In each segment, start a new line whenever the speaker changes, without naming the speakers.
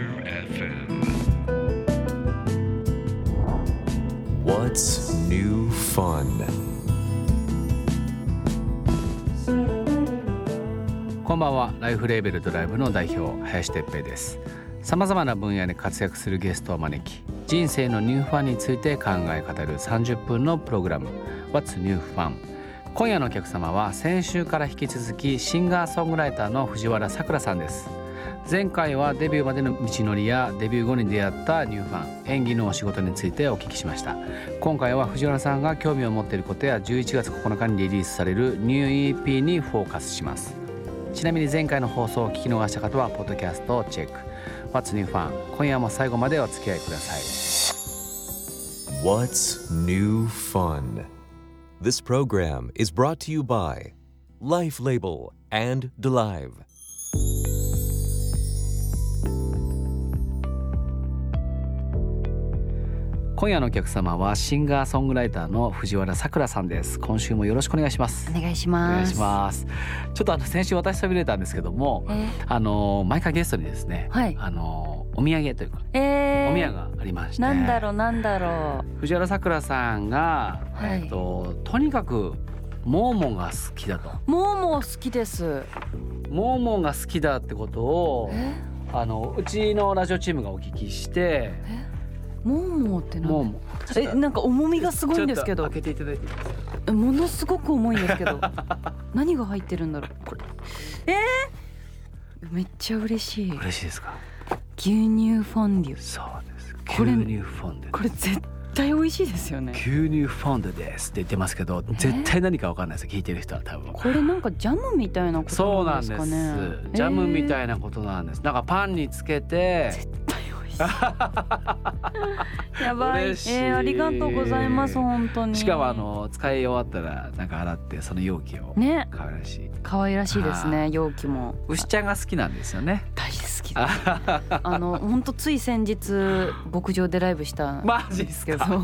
FM.
What's new fun?
こんばんはライフレーベルドライブの代表林哲平ですさまざまな分野で活躍するゲストを招き人生のニューファンについて考え語る30分のプログラム What's New Fun 今夜のお客様は先週から引き続きシンガーソングライターの藤原さくらさんです前回はデビューまでの道のりやデビュー後に出会ったニューファン演技のお仕事についてお聞きしました今回は藤原さんが興味を持っていることや11月9日にリリースされるニュー EP にフォーカスしますちなみに前回の放送を聞き逃した方はポッドキャストをチェック What's New Fun 今夜も最後までお付き合いください
What's new fun? This program is brought to you by Life Label and Delive.
今夜のお客様はシンガーソングライターの藤原さくらさんです今週もよろしくお願いします
お願いし
お
ます。
すちょっとあの先週私喋れたんですけども
えー
あの毎回ゲストにですね、
はい
あのお土産というか
えー
お土産がありまして、
なんだろうなんだろ
藤原さくらさんが、
はい
えっととにかくモーモンが好きだと
う。もうもう好きです。
モーモンが好きだってことを
え
あのうちのラジオチームがお聞きして
もうもうってなんだ
モーモン
えなんか重みがすごいんですけ
ちょ
ど
っと開けていただいていいですか
えものすごく重いんですけど 何が入ってるんだろうこれえー、めっちゃ嬉しい
嬉しいですか
牛乳フォンデュ
そうです
これ
牛乳フォンデ
これ絶対美味しいですよね
牛乳フォンデですって言ってますけど絶対何かわかんないです聞いてる人は多分
これなんかジャムみたいなこと
そう
な
なん
んで
ですす
かね
ジャムみた
い
いなことなんですなんかパンにつけて
絶対美味し いやばい
嬉しい
えー、ありがとうございます本当に
しかもあの使い終わったらなんか洗ってその容器を
ね
買うらしい
可愛らしいです
は
ね容器も
牛ちゃんが好きなんですよ ね
大好き
あ
あの本当つい先日牧場でライブした
マジですか
そう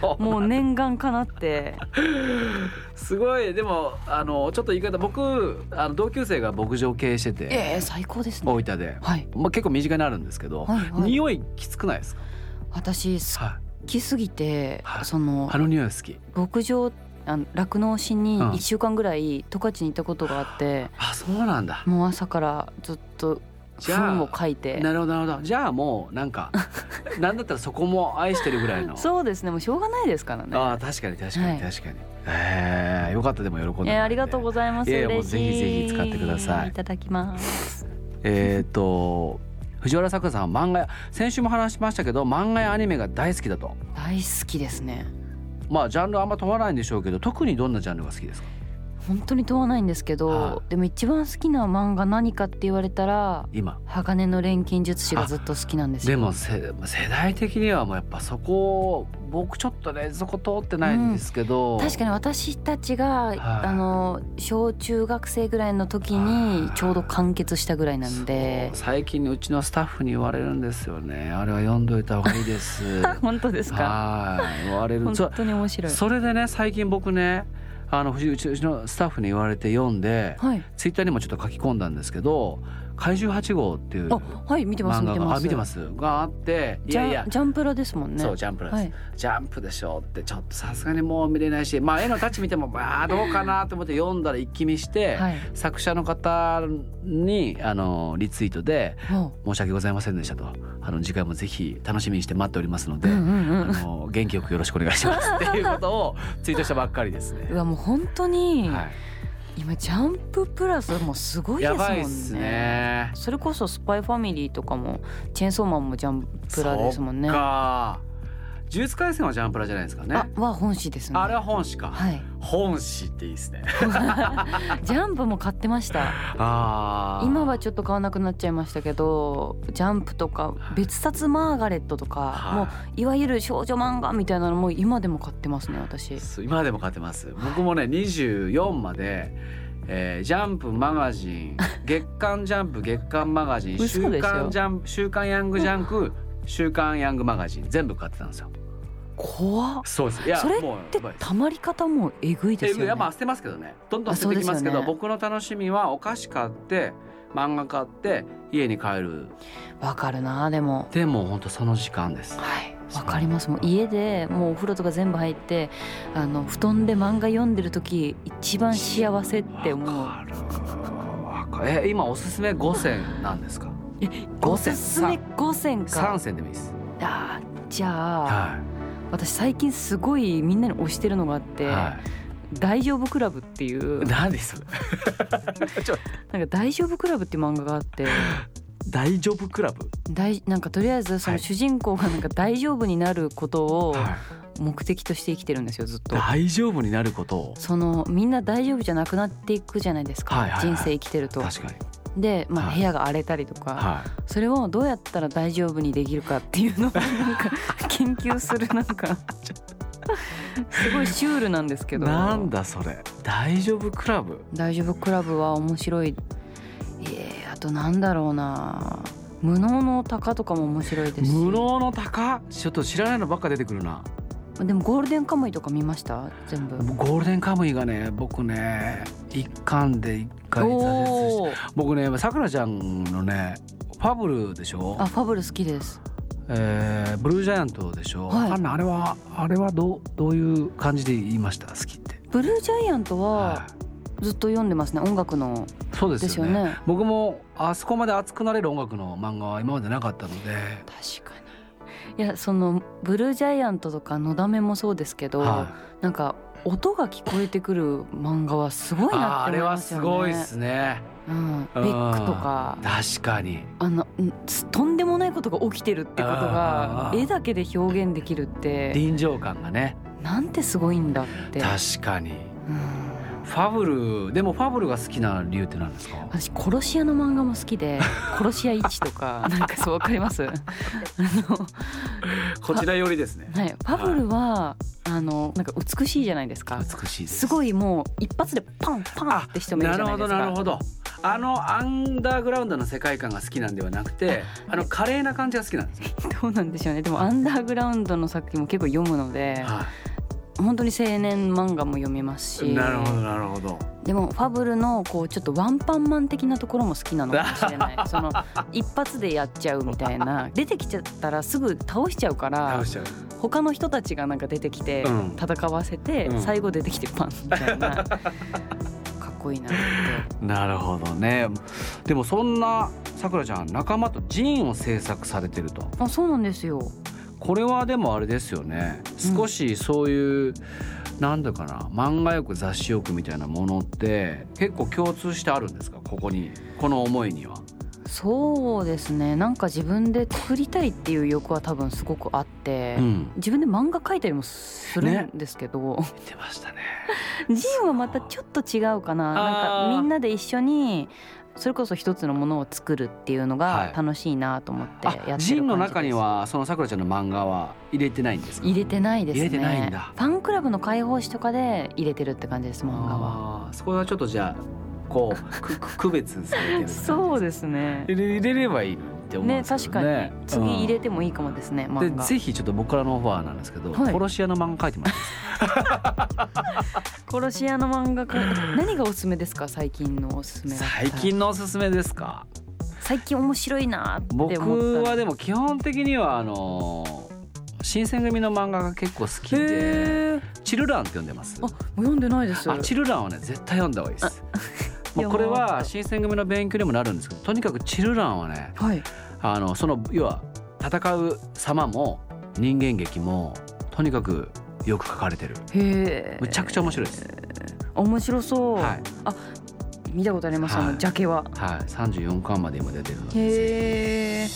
そう
もう念願かなって
すごいでもあのちょっと言い方僕あの同級生が牧場経営してて
ええ最高です
大
ね
分で、
はい
まあ、結構身近にあるんですけど、
はいはい
匂いきつくないですか、
私好
は
きすぎて
はい
そ
い、
の
あの匂い好き
牧場あの酪農しに
うん
1週間ぐらい十勝に行ったことがあって
あそうなんだ
もう朝からずっと
じゃあ
糞をかいて
なるほどなるほどじゃあもうなん かなんだったらそこも愛してるぐらいの
そうですねもうしょうがないですからね
ああ確かに確かに
は
確かに、ええよかったでも喜んでもら
え
えて
ー、ありがとうございます
いやいやもう
嬉しい
ぜひぜひ使ってください
いただきます
えっ、と藤原さくらさんは漫画や先週も話しましたけど漫画やアニメが大好きだと
大好きですね
まあジャンルあんま問わないんでしょうけど特にどんなジャンルが好きですか
本当に問わないんですけど、
は
でも一番好きな漫画何かって言われたら
今
鋼の錬金術師がずっと好きなんです
で
よ
もせ世代的にはもうやっぱそこ僕ちょっとねそこ通ってないんですけど、
確かに私たちが、
い
あの小中学生ぐらいの時に
はい
ちょうど完結したぐらいなんで
そう最近うちのスタッフに言われるんですよねあれは読んどいた方がいいです
本当ですか
はい言われる
本
そ
当に面白い
それでね最近僕ねあのうちうちうちのスタッフに言われて読んで
はい
ツイッターにもちょっと書き込んだんですけど「怪獣8号」っていう
あはい見てます
漫
見
画
て
が
ま
あ
す
見てますがあってい
ジャ
や
ン
いや
ジャンプラですもんね
そうジャンプです、
はい
ジャンプでしょってちょっとさすがにもう見れないし、まあ、絵のタッチ見てもまあどうかなと思って読んだら一気見して、
はい
作者の方にあのリツイートで
も
「申し訳ございませんでしたと」あの次回もぜひ楽しみにして待っておりますの
う
で、
うんうんう
あ
ん
の元気よくよろしくお願いし ます」っていうことをツイートしたばっかりですね
う。わもう本当に、
は
今ジャンププラスもうすご
い、
いです
や
もん
ばいっすね。
それこそスパイファミリーとかもチェーンソーマンもジャンプラですもんね。
そっ
あ
か呪術廻戦はジャンプラじゃないですかね。
は本誌ですね。
あれは本誌か。
はい。
本誌っていいですね。
ジャンプも買ってました。
ああ。
今はちょっと買わなくなっちゃいましたけど、ジャンプとか別冊マーガレットとか、もう
はい
わゆる少女漫画みたいなのも今でも買ってますね私。
そう今でも買ってます僕もね24まで、えージャンプマガジン 月刊ジャンプ月刊マガジン週
嘘でしょ
刊ジャンプ週刊ヤングジャンク週刊ヤングマガジン全部買ってたんですよ
怖っ
そうですいや
それっ
もう
て
やばいです
たまり方もえぐいで
え
すよ
いやまあ
ね
捨てますけどねどんどん捨ててきますけ
あそ
ど
うですよね
僕の楽しみはお菓子買って漫画買って家に帰る
わかるなでも
でも本当その時間です
はい
そう
わかりますもう家でもうお風呂とか全部入ってあの布団で漫画読んでる時一番幸せって思う
わかるわかるえ今おすすめ5選なんですか
おすすめ5選
3
か
選でもいいです
あーじゃあ
は
私最近すごいみんなに推してるのがあっ
い、
て
は
「大丈夫クラブ」っていう
い、何そ れちょっと
なんか「大丈夫クラブ」っていう漫画があって
大丈夫クラブ
大なんかとりあえずそ
は
の
い
主人公がなんか大丈夫になることを
はい
目的として生きてるんですよずっと。
大丈夫になることを
そのみんな大丈夫じゃなくなっていくじゃないですか、
はいはいはい
人生生きてると。
確かに
で、まあ、
はい
部屋が荒れたりとか、
はい
それをどうやったら大丈夫にできるかってい うのをなんか研究するなんかすごいシュールなんですけど
なんだそれ大丈夫クラブ
大丈夫クラブは面白いえーあとなんだろうな無能の鷹とかも面白いですし
無能の鷹ちょっと知らないのばっか出てくるな
でもゴールデンカムイとか見ました全部
ゴールデンカムイがね僕ね一巻で一回挫折して
おー
僕ねさくらちゃんのねファブルでしょ
あ、ファブル好きです
えーブルージャイアントでしょ、
はい
ああれはあれはどうどういう感じで言いました好きって、
ブルージャイアントは
はい
ずっと読んでますね音楽の
そうで
ですす
よ
よ
ね
ね
僕もあそこまで熱くなれる音楽の漫画は今までなかったので、
確かにいやそのブルージャイアントとかのだめもそうですけど、
はい
なんか音が聞こえてくる漫画はすごい
あ
な
ー
っ
あ
て
れ
思い
は
ます
す
よね
ごいですね
うん、ベックとか
確かに
あのんとんでもないことが起きてるってこと
あ
が
ー
絵だけで表現できるって
臨場感がね
なんてすごいんだって、
確かに
うん
ファブルでもファブルが好きな理由って何ですか
私殺し屋の漫画も好 きで「殺し屋一」とかなんかそうわかります あの、
こちらよりですね
はい、パブルはあのなんか美しいじゃないですか
美しいです
すごいもう一発でパンパンって仕留め
な
るじ
る
ゃない
ほ
で
ど
すか
なるほどあのアンダーグラウンドの世界観が好きなんではなくてあの華麗な感じが好きなんですね、
どうなんでしょうねでもアンダーグラウンドの作品も結構読むので
は
本当に青年漫画も読みます
い、
し
なるほどなるほど
でもファブルのこうちょっとワンパンマン的なところも好きなのかもしれ ないその一発でやっちゃうみたいな出てきちゃったらすぐ倒しちゃうから
倒しちゃう
他の人たちがなんか出てきて
うん
戦わせて、
うん
最後出てきてパンみた いなかっこいいなって
なるほどねでもそんなさくらちゃん仲間とジーンを制作されてると
あそうなんですよ
これはでもあれですよね
うん
少しそういう、なんだかな漫画欲雑誌欲みたいなものって結構共通してあるんですかここにこの思いには
そうですねなんか自分で作りたいっていう欲は多分すごくあって、
ん
自分で漫画描いたりもするんですけど、
言ってましたね
ジンはまたちょっと違うかな
あ
な
ー
んかみんなで一緒にそれこそ一つのものを作るっていうの
は
が
い
楽しいなと思ってやってる
あ
感じです、
ジンの中にはそのさくらちゃんの漫画は入れてないんですか
入れてないですね
入れてないんだ
ファンクラブの開放誌とかで入れてるって感じです漫画は
あーそこはちょっとじゃあこうくく区別されてる感じ
そうですね
入れ入れればいいって思うん
ね
ですけ
確
ど
か
ね
に次入れ
て、
てもいいかもですね
うん
漫
で
画
ぜひちょっと僕からのオファーなんですけど、
はい
殺し屋の漫画書いてもらって
殺し屋の漫画 か何がおすすめですか最近のおすすめだったら
最近のおすすめですか
最近面白いなって思った
僕はでも基本的にはあのー新選組の漫画が結構好きで
へえ
「チルラン」って呼んでます
あもう読んでないです
あチルランはね絶対読んだ方がいいです
あ
もうこれ
いやま
は
あ
新選組の勉強にもなるんですけどとにかくチルランはね
はい
あのその要は戦う様も人間劇もとにかくよく書かれてる
へえ
むちゃくちゃ面白いです、
面白そう、
はい、
見たことあります、あ
はい
のジャケは
はい、34巻まで今出てるのでぜ
へえ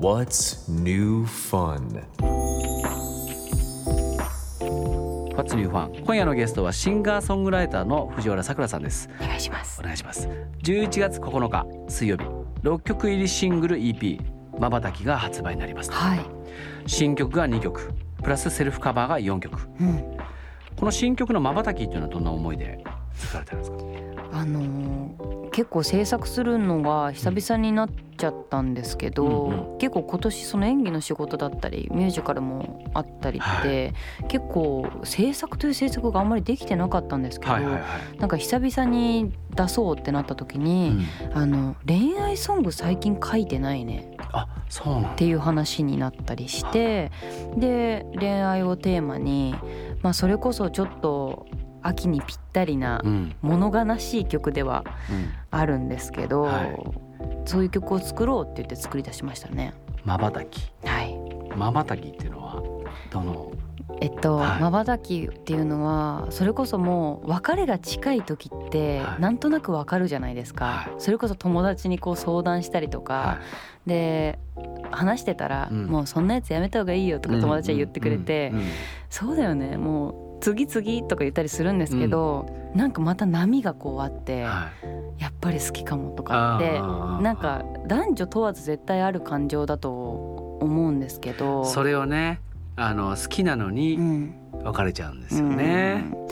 What's new fun?
ひ「What's New Fun」今夜のゲストはシンガーソングライターの藤原さくらさんです
お願いします
お願いします11月9日水曜日6曲入りシングル EP「まばたき」が発売になります
はい、
新曲が2曲プラスセルフカバーが4曲
うん、
この新曲の「まばたき」っていうのはどんな思いで作られたんですか
あのー結構制作するのが久々になっちゃったんですけど、
うん
結構今年その演技の仕事だったりミュージカルもあったりって、結構制作という制作があんまりできてなかったんですけど、
はいはいは
なんか久々に出そうってなった時
い、う
に、
ん
あの恋愛ソング最近書いてないね
あそうなんだ
っていう話になったりしてで恋愛をテーマに、まあ、それこそちょっと秋にぴったりな
うん
物悲しい曲では
うん
あるんですけど、
はい
そういう曲を作ろうって言って作り出しましたね。
まばたき
はい
まばたきっていうのはどの
えっと
はい
まばたきっていうのはそれこそもう別れが近い時って
はい
なんとなくわかるじゃないですか、
はい
それこそ友達にこう相談したりとか、
は
で話してたら、
うん
もうそんなやつやめた方がいいよ
い
とか友達は言ってくれて、
うんうんうん
そうだよねもう次々とか言ったりするんですけど、なんかまた波がこうあって、
はい
やっぱり好きかもとかって
あー
なんか男女問わず絶対ある感情だと思うんですけど。
それをねあの好きなの
う
に
ん
別れちゃうんですよね、
うん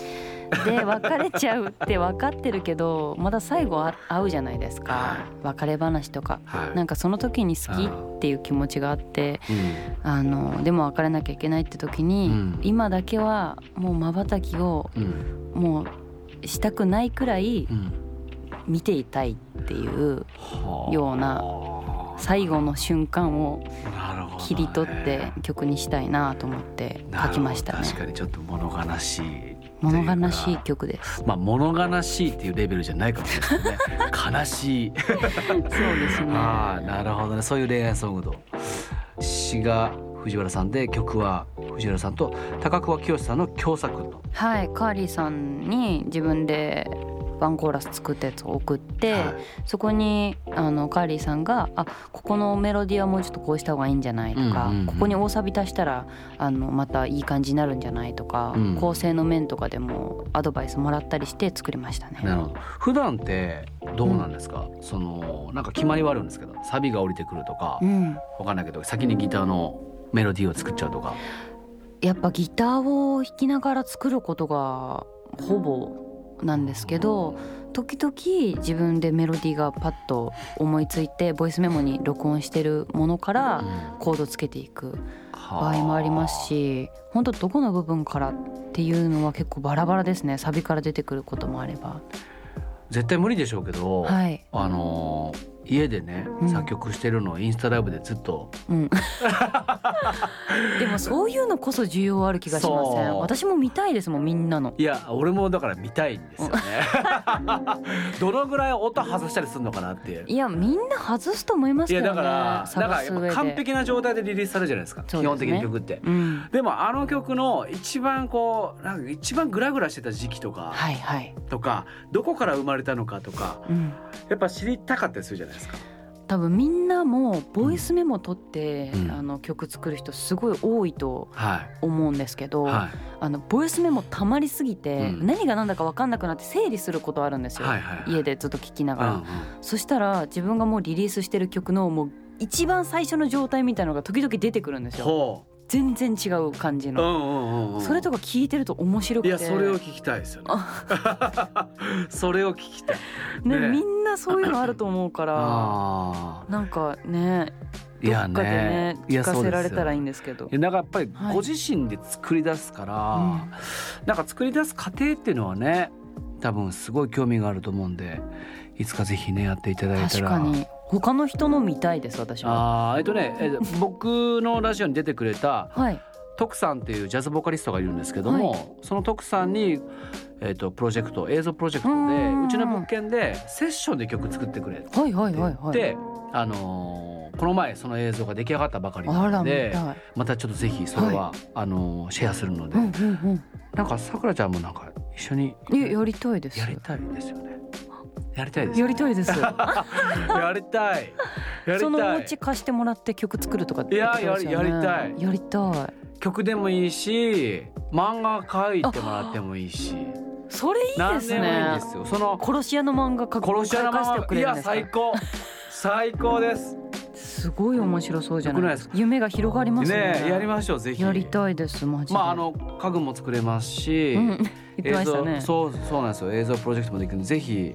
で別れちゃうって分かってるけどまた最後あ会うじゃないです
は
か別れ話とか
はい
なんかその時に好きっていう気持ちがあって
うん
あのでも別れなきゃいけないって時に、
うん
今だけはもうまばたきを
うん
もうしたくないくらい
うん
見ていたいっていう
はあ
ような最後の瞬間を
なるほどね
切り取って曲にしたいなと思って書きました
なるほど確
ね。
かにちょっと物悲しい
物悲しい曲です。
まあ物悲しいっていうレベルじゃないかもしれないね悲しい
そうですね。
ああなるほどねそういう恋愛ソングと詩が藤原さんで曲は藤原さんと高桑清さんの共作と
はい、カーリーさんに自分でワンコーラス作ったやつを送って、
はい
そこにあのカーリーさんが「あここのメロディーはもうちょっとこうした方がいいんじゃない?」とか、
うんうんうん
ここに大サビ足したらあのまたいい感じになるんじゃない?」とか、
うん
構成の面とかでもアドバイスもらったりして作りましたね。
なるほど普段ってどうなんですか、そのなんか決まりはあるんですけどサビが降りてくるとか
うん、
わかんないけど先にギターのメロディーを作っちゃうとか
やっぱギターを弾きながら作ることがほぼなんですけど時々自分でメロディーがパッと思いついてボイスメモに録音してるものからコードつけていく場合もありますし本当どこの部分からっていうのは結構バラバラですねサビから出てくることもあれば
絶対無理でしょうけど、
はい、
あのー家でね
うん
作曲してるのをインスタライブでずっと、
うん、 でもそういうのこそ需要ある気がしませ
そ
ん
う
私も見たいですもんみんなの
いや俺もだから見たいん ですよねどのぐらい音外したりするのかなっていう
いやみんな外すと思います
いや
けど
だ
ね
からだから
探す
や
上
っ
で
ぱ完璧な状態でリリースされるじゃないですか
そうですね
基本的に曲って。
うん
でもあの曲の一番こうなんか一番グラグラしてた時期とか、
はいはい、
とかどこから生まれたのかとか
うん、
やっぱ知りたかったりするじゃないですか。
多分みんなもボイスメモ取って、
うん
あの曲作る人すごい多いと
はい
思うんですけど、
はい
あのボイスメモたまりすぎて、
うん
何が何だか分かんなくなって整理することあるんですよ、
はいはい
家でずっと聞きな
う
が
ん
ら、
うん
そしたら自分がもうリリースしてる曲のもう一番最初の状態みたいのが時々出てくるんですよ
ほ
全然違う感じ
うう
の、
んうんうんうん
それとか聞いてると面白
い
くて
やそれを聞きたいですよね。 それを聞きたい。
ね
ね
みんなそういうのあると思うから
あ
なんかね
あ
どっかでね
い
聞
や
かせられたらいい
そうんで
ですけど
すよいやなんかやっぱり
はい
ご自身で作り出すから、
うん
なんか作り出す過程っていうのはね多分すごい興味があると思うんでいつかぜひねやっていただいた
確
ら
かに他の人の見たいです私は
あーえっとね、えっと僕のラジオに出てくれた
はい
徳さんっていうジャズボーカリストがいるんですけども、その徳さんに、えっとプロジェクト映像プロジェクト
う
で
ん
うちの物件でセッションで曲作ってくれって
はいはい
言
は
っ
い
て、
はい
あのーこの前その映像が出来上がったばかり
あ
な
ら
の
見た
で
い
またちょっとぜひそれは、あのーシェアするので、
うんうん
なんかさくらちゃんもなんか一緒に
うんいややりたいです
やりたいですよね。やりたいです、ね。
やりたいです
やりたい。やり
そのお
たい
家。貸してもらって曲作るとかってことですよね
いややりやりたい
やりたい
曲でもいいし、漫画書いてもらってもいいし、
それいいで
何
す
でもいいん
ね
ですよ。その
殺し屋の漫画か
殺し屋の
書かせて
漫
く
画、い
れるん
や
ですか
最高、最高です。
すごい面白そうじゃない
よくないです
夢が広がりますね
ねえ、やりましょうぜひ。
やりたいですマジで
まああの家具も作れますし、
うん言ってましたね
映像そうそうなんですよ映像プロジェクトもできるのでぜひ
ぜ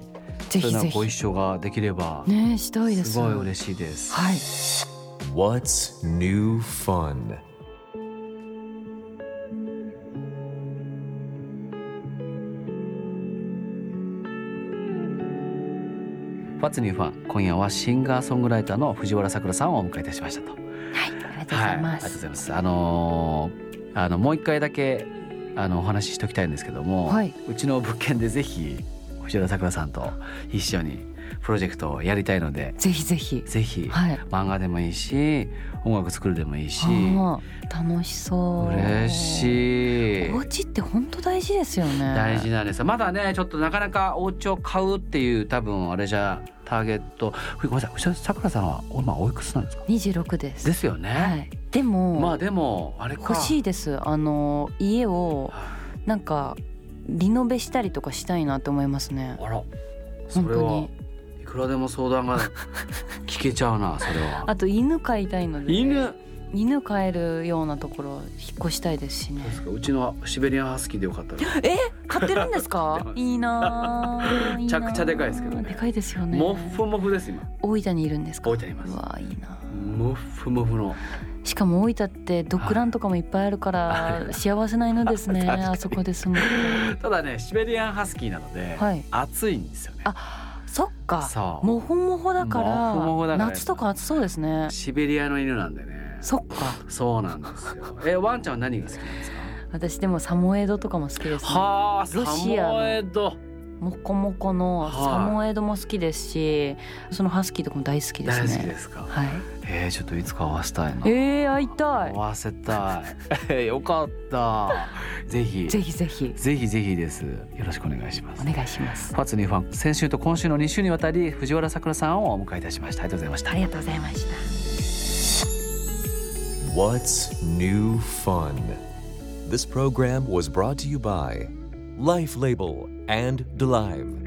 そう
ひ
いうの
ぜ
はご一
ひ
緒ができれば、
ねしたいです
すごい嬉しいです。
はい
What's new fun?
What's New Fun 今夜はシンガーソングライターの藤原さくらさんをお迎えいたしましたと。
はいありがとうござい
あり
ま
がとうご
す
ざいます。あのーあのもう一回だけあのお話ししておきたいんですけども、
はい、
うちの物件でぜひ藤原さくらさんと一緒にプロジェクトをやりたいので、
ぜひぜひ
ぜひ
はい
漫画でもいいし、音楽作るでもいいし、
あー楽しそう
嬉しい
お。家って本当大事ですよね
大事なんですよまだねちょっとなかなかお家を買うっていう多分あれじゃターゲットごめんなさい後ろさくらさんはお今おいくつなんですか
26です
ですよね、
はい、でも、
まあでもあれか
欲しいですあの家を
は
なんかリノベしたりとかしたいなって思いますね
あらそ
本
れ
当
は
に
いくらでも相談 が聞けちゃうなそれは
あと犬飼いたいので
犬
犬飼えるようなところ引っ越したいですしね
うちのシベリアンハスキーでよかったです
え飼ってるんです
飼って
か
ます
いいな あ
めちゃくちゃでかいですけどね
でかいですよね
モッフモフです今
大分にいるんですか
大分にいます
うわいいな
モッフモフの
しかも大分ってドッグランとかもいっぱいあるから幸せな犬ですね
確かに
あそこで住むって
ただねシベリアンハスキーなので、
はい
暑いんですよね
そっか
そう
もほもほだから
もほもほだから
夏とか暑そうですね
シベリアの犬なんでね
そっか
そうなんですよ。え、ワンちゃんは何が好きなんですか。
私でもサモエドとかも好きですね
はあ、サ
ロシアの
モエド。
モコモコのサモエドも好きですしそのハスキーとかも大好きです
大
ね
好きですか。
はい
えー、ちょっといつか会わせたいな。
えー、会いた
会わせたい。よかった。ぜひ。
いぜひぜひ
ぜひぜひです。よろしくお願いします
お。願いします
ファツニーファン、先週と今週の2週にわたり、藤原さくらさんをお迎えいたしました。ありがとうございました
あ。りがとうございました
What's new fun? This program was brought to you by Life Label and Delive.